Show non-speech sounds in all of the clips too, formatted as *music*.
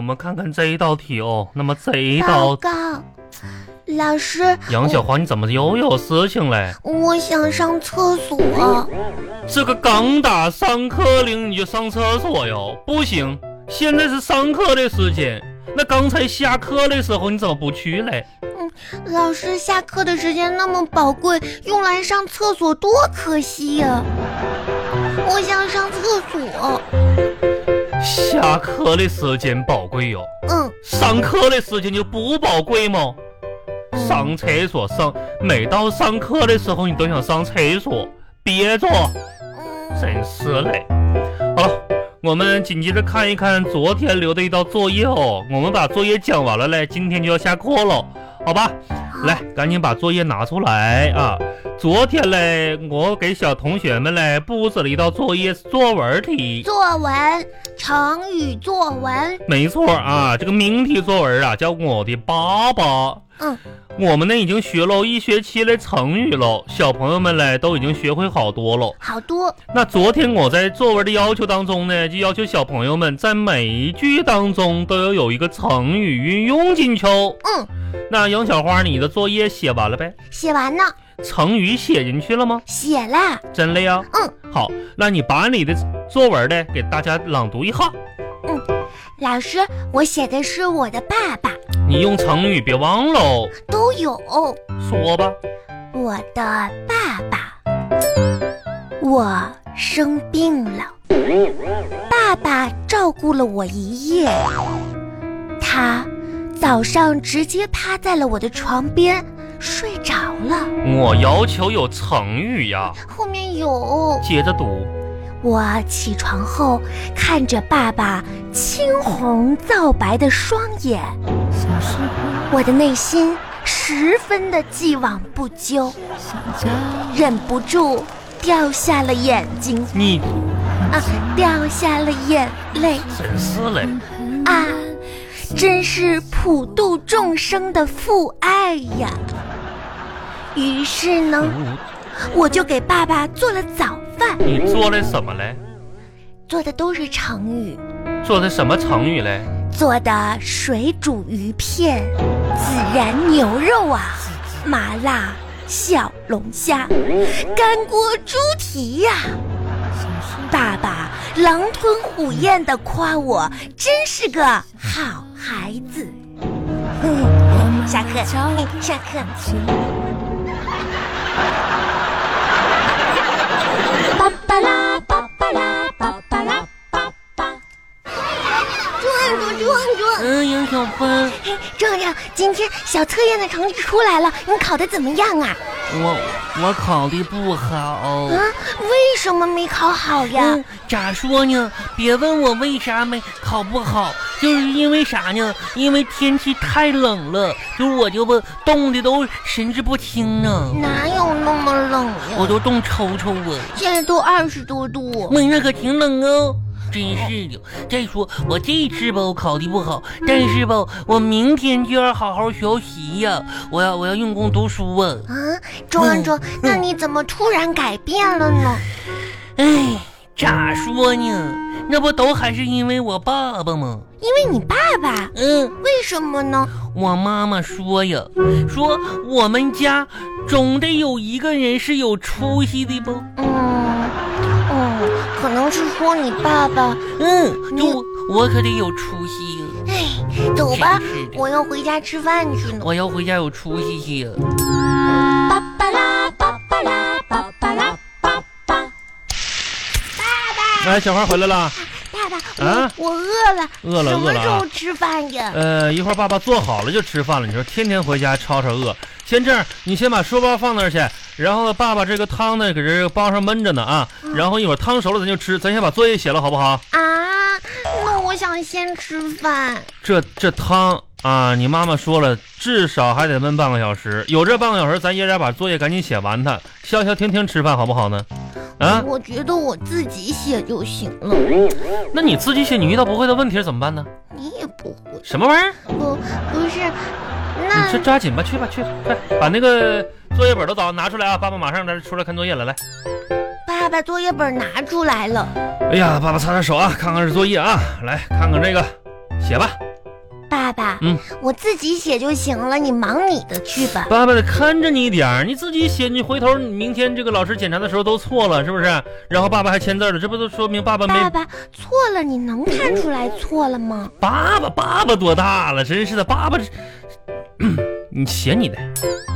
们看看这一道题哦。那么这一道报，告，老师，杨小华，你怎么又有事情嘞？我想上厕所。这个刚打上课铃你就上厕所哟？不行，现在是上课的时间。那刚才下课的时候你怎么不去嘞？老师，下课的时间那么宝贵，用来上厕所多可惜呀、我想上厕所。下课的时间宝贵哟，嗯，上课的时间就不宝贵吗？嗯上厕所上，每到上课的时候你都想上厕所，憋着，嗯真是嘞。好了，我们紧接着看一看昨天留的一道作业哦，我们把作业讲完了嘞，今天就要下课了，好吧？来，赶紧把作业拿出来啊！昨天嘞，我给小同学们嘞布置了一道作业，是作文题。作文，成语作文。没错啊，这个命题作文啊，叫我的爸爸。嗯，我们呢已经学了一学期的成语了，小朋友们嘞都已经学会好多了。好多。那昨天我在作文的要求当中呢，就要求小朋友们在每一句当中都要有一个成语运用进去。哦嗯，那杨小花，你的作业写完了呗？写完呢，成语写进去了吗？写啦。真的呀？嗯。好，那你把你的作文呢给大家朗读一下。老师，我写的是我的爸爸，你用成语别忘喽，都有说吧。我的爸爸。我生病了，爸爸照顾了我一夜。他早上直接趴在了我的床边睡着了。我要求有成语呀，后面有接着读。我起床后看着爸爸青红皂白的双眼，小时候我的内心十分的既往不咎，想家，忍不住掉下了眼睛你啊，掉下了眼泪真是嘞，啊！真是普度众生的父爱呀。于是呢，我就给爸爸做了早饭，你做了什么嘞？做的都是成语，做的什么成语嘞？做的水煮鱼片、孜然牛肉啊，麻辣小龙虾、干锅猪蹄呀、爸爸狼吞虎咽地夸我真是个好孩子。 *laughs* 嗯下课，哎下课。巴巴拉，巴巴拉，巴巴拉，巴巴。壮壮，壮壮，嗯，杨小芬，壮壮，今天小测验的成绩出来了，你考的怎么样啊？我我考的不好哦啊，为什么没考好哎呀？嗯，咋说呢？别问我为啥没考不好，就是因为啥呢？因为天气太冷了，就是我就不冻的都神志不清呢，嗯哪有那么冷呀？我都冻抽抽啊。现在都二十多度，喂，那可挺冷哦，真是的。再说我这次吧，我考的不好，但是吧，我明天就要好好学习呀、我要我要用功读书啊。啊，嗯壮壮，那你怎么突然改变了呢？哎，咋说呢？那不都还是因为我爸爸吗？因为你爸爸，嗯。为什么呢？我妈妈说呀，说我们家总得有一个人是有出息的不？嗯，哦，可能是说你爸爸，嗯，你就我我可得有出息呀！哎，走吧真是，的我要回家吃饭去呢。我要回家有出息去呀！巴巴拉，巴巴拉，巴巴拉，巴巴。哎，小花回来了，爸爸，我、啊我饿了，饿了什么饿了啊时候吃饭 *laughs* 呀？呃，一会儿爸爸做好了就吃饭了。你说天天回家吵吵饿，先这样，你先把书包放那儿去，然后爸爸这个汤呢搁这煲上焖着呢啊，然后一会儿汤熟了咱就吃，咱先把作业写了好不好？啊，那我想先吃饭。这这汤啊，你妈妈说了，至少还得焖半个小时。有这半个小时，咱爷俩把作业赶紧写完它，消消停停吃饭好不好呢？啊，我觉得我自己写就行了，那你自己写，你遇到不会的问题怎么办呢？你也不会。什么玩意儿？不，不是，你这那抓紧吧，去吧去吧，快把那个作业本都找拿出来啊！爸爸马上咱出来看作业了，来。爸爸作业本拿出来了。哎呀，爸爸擦擦手啊，看看这作业啊，来看看这个，写吧。爸爸，嗯我自己写就行了，你忙你的去吧。爸爸得看着你一点儿，你自己写，你回头明天这个老师检查的时候都错了，是不是？然后爸爸还签字儿了，这不都说明爸爸没爸爸错了，你能看出来错了吗？爸爸爸爸多大了？真是的，爸 *coughs* 爸这，你写你的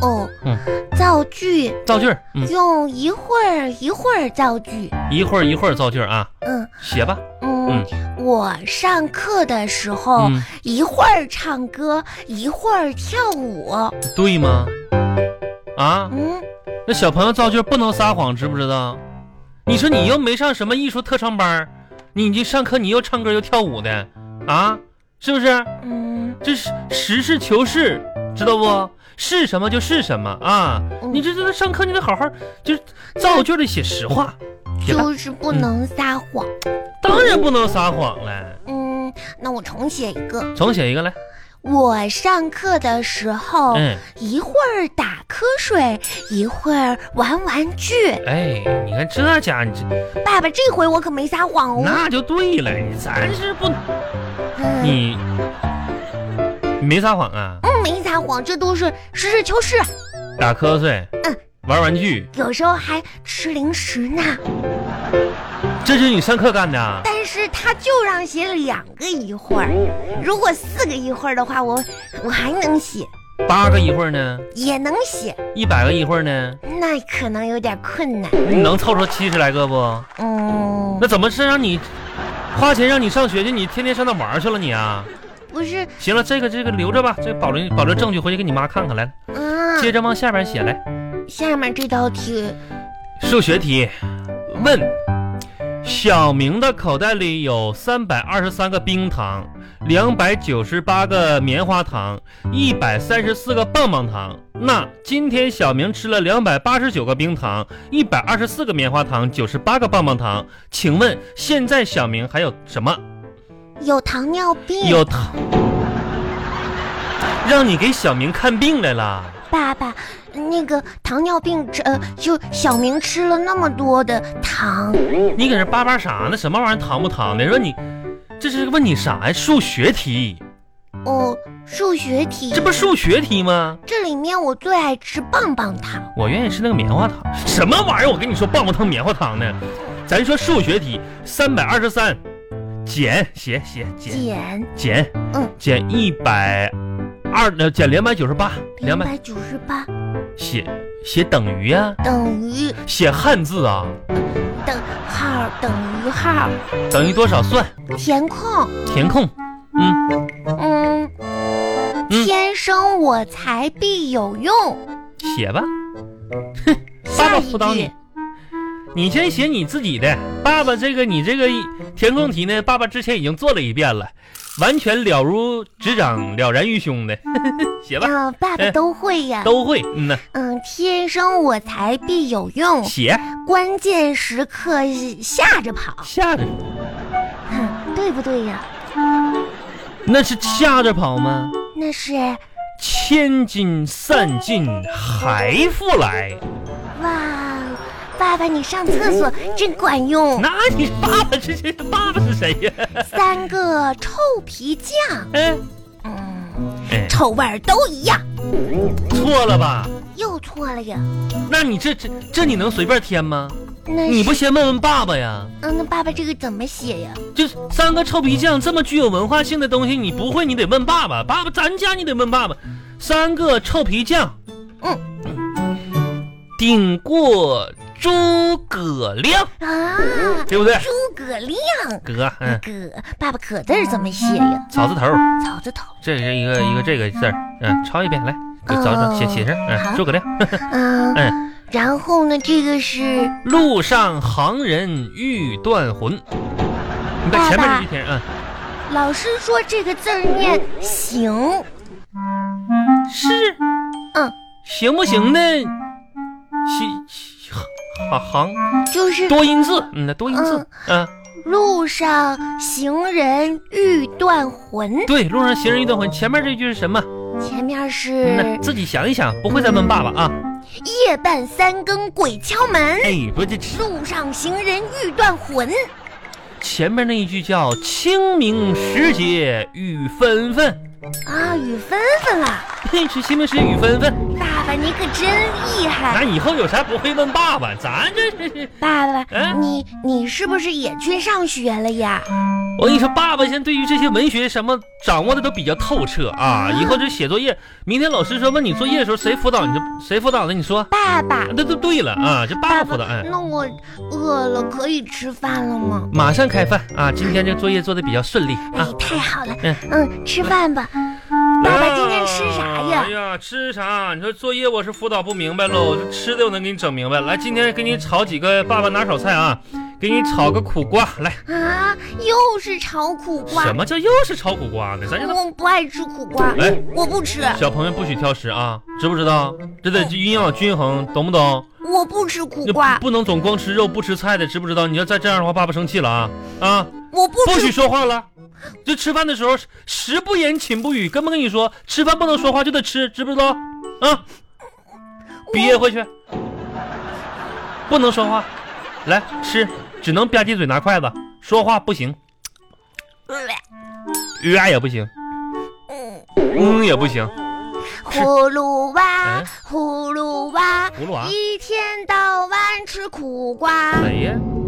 哦，嗯造句造句儿，嗯，用一会儿一会儿造句。一会儿一会儿造句儿啊，嗯写吧，嗯，我上课的时候、嗯，一会儿唱歌，一会儿跳舞。对吗？啊，嗯，那小朋友造句儿不能撒谎，知不知道？你说你又没上什么艺术特长班儿，你这上课你又唱歌又跳舞的啊，是不是？嗯，这是实事求是，知道不？是什么就是什么啊！嗯你这这上课你得好好，就是造句儿得写实话，写吧。就是不能撒谎。当然不能撒谎了。嗯，那我重写一个。重写一个来，我上课的时候，嗯，一会儿打瞌睡，一会儿玩玩具。哎，你看这家伙，你这爸爸，这回我可没撒谎哦。那就对了，你咱是不嗯，你你没撒谎啊？嗯没撒谎，这都是实事求是。打瞌睡，嗯玩玩具，有时候还吃零食呢，这就是你上课干的啊？但是他就让写两个一会儿，如果四个一会儿的话，我我还能写，八个一会儿呢？也能写，一百个一会儿呢？那可能有点困难。你能凑出七十来个不？嗯，那怎么是让你花钱让你上学去？你天天上哪玩去了你啊？不是，行了，这个这个留着吧，这个保留保留证据，回去给你妈看看来。嗯，接着往下边写来，下面这道题，数学题，问：小明的口袋里有三百二十三个冰糖，两百九十八个棉花糖，一百三十四个棒棒糖。那今天小明吃了两百八十九个冰糖，一百二十四个棉花糖，九十八个棒棒糖。请问现在小明还有什么？有糖尿病，有糖，让你给小明看病来了。爸爸，那个糖尿病吃，呃，就小明吃了那么多的糖，你搁这叭叭啥呢？什么玩意儿糖不糖的？说你这是问你啥呀？数学题，哦，数学题这，不是数学题吗？这里面我最爱吃棒棒糖，我愿意吃那个棉花糖。什么玩意儿？我跟你说，棒棒糖、棉花糖呢？咱说数学题，三百二十三减写写减减减，嗯，减一百二呃减两百九十八，两两百百九十八写写等于呀、等于写汉字啊，等号等于号，等于多少算？填空，填空，嗯。嗯，嗯天生我材必有用，写吧，爸下爸一辅导你句。你先写你自己的，爸爸这个你这个填空题呢，爸爸之前已经做了一遍了，完全了如指掌，了然于胸的， *laughs* 写吧，啊，爸爸哎都会呀，都会，嗯呐，嗯，天生我材必有用，写关键时刻吓着跑， *laughs* 吓着，哼，对不对呀？那是吓着跑吗？那是千金散尽还复来，哇，爸爸你上厕所真管用，那你爸爸这这爸爸是谁呀？ *laughs* 三个臭皮匠，哎嗯，哎，臭味儿都一样，错了吧？又错了呀。那你这这这你能随便填吗？那你不是先问问爸爸呀？嗯，那爸爸这个怎么写呀？就是三个臭皮匠这么具有文化性的东西，你不会，你得问爸爸。爸爸，咱家你得问爸爸。三个臭皮匠，嗯，顶过诸葛亮，啊，对不对？诸葛亮，哥，嗯，葛爸爸可字儿怎么写呀？草字头，草字头。这是一个一个这个字儿，嗯，抄一遍来，给找找哦写写上，嗯，好诸葛亮。嗯，嗯，然后呢，这个是路上行人欲断魂，你在前面这一天，嗯，老师说这个字儿念行，是，嗯，行不行呢？行行行。就是多音字，嗯，那多音字，嗯、路上行人欲断魂。对，路上行人欲断魂，前面这句是什么？前面嗯呐是自己想一想，不会再问爸爸啊。夜半三更鬼敲门，哎，不，这这路上行人欲断魂。前面那一句叫清明时节雨纷纷，啊，雨纷纷了，嘿，是西门是雨纷纷。爸爸你可真厉害！那以后有啥不会问爸爸？咱这是，爸爸，嗯你你是不是也去上学了呀？我跟你说，爸爸现在对于这些文学什么掌握的都比较透彻啊。以后就写作业，明天老师说问你作业的时候谁辅导你就谁辅导的，你说爸爸，那都对了啊，这爸爸爸辅导。哎，那我饿了，可以吃饭了吗？马上开饭啊！今天这作业做的比较顺利哎啊。，太好了嗯，嗯，吃饭吧。爸爸今天吃啥呀哎？呀，吃啥？你说作业我是辅导不明白喽，这吃的我能给你整明白。来，今天给你炒几个爸爸拿手菜啊，给你炒个苦瓜。来，啊，又是炒苦瓜哎什。么叫又是炒苦瓜呢？咱这都我不爱吃苦瓜哎，我不吃，小朋友不许挑食啊，知不知道？这得营养均衡，懂不懂？我不吃苦那不瓜，不能总光吃肉不吃菜的，知不知道？你要再这样的话，爸爸生气了啊啊！我不不许吃。说话了。就吃饭的时候，食不言，寝不语，跟不跟你说，吃饭不能说话，就得吃，知不知道？啊，憋回去，不能说话，来吃，只能吧唧嘴拿筷子，说话不行，呀、也不行，呃 *laughs* 嗯嗯也不行，葫芦娃哎，葫芦娃，葫芦娃、一天到晚吃苦瓜。哎谁呀？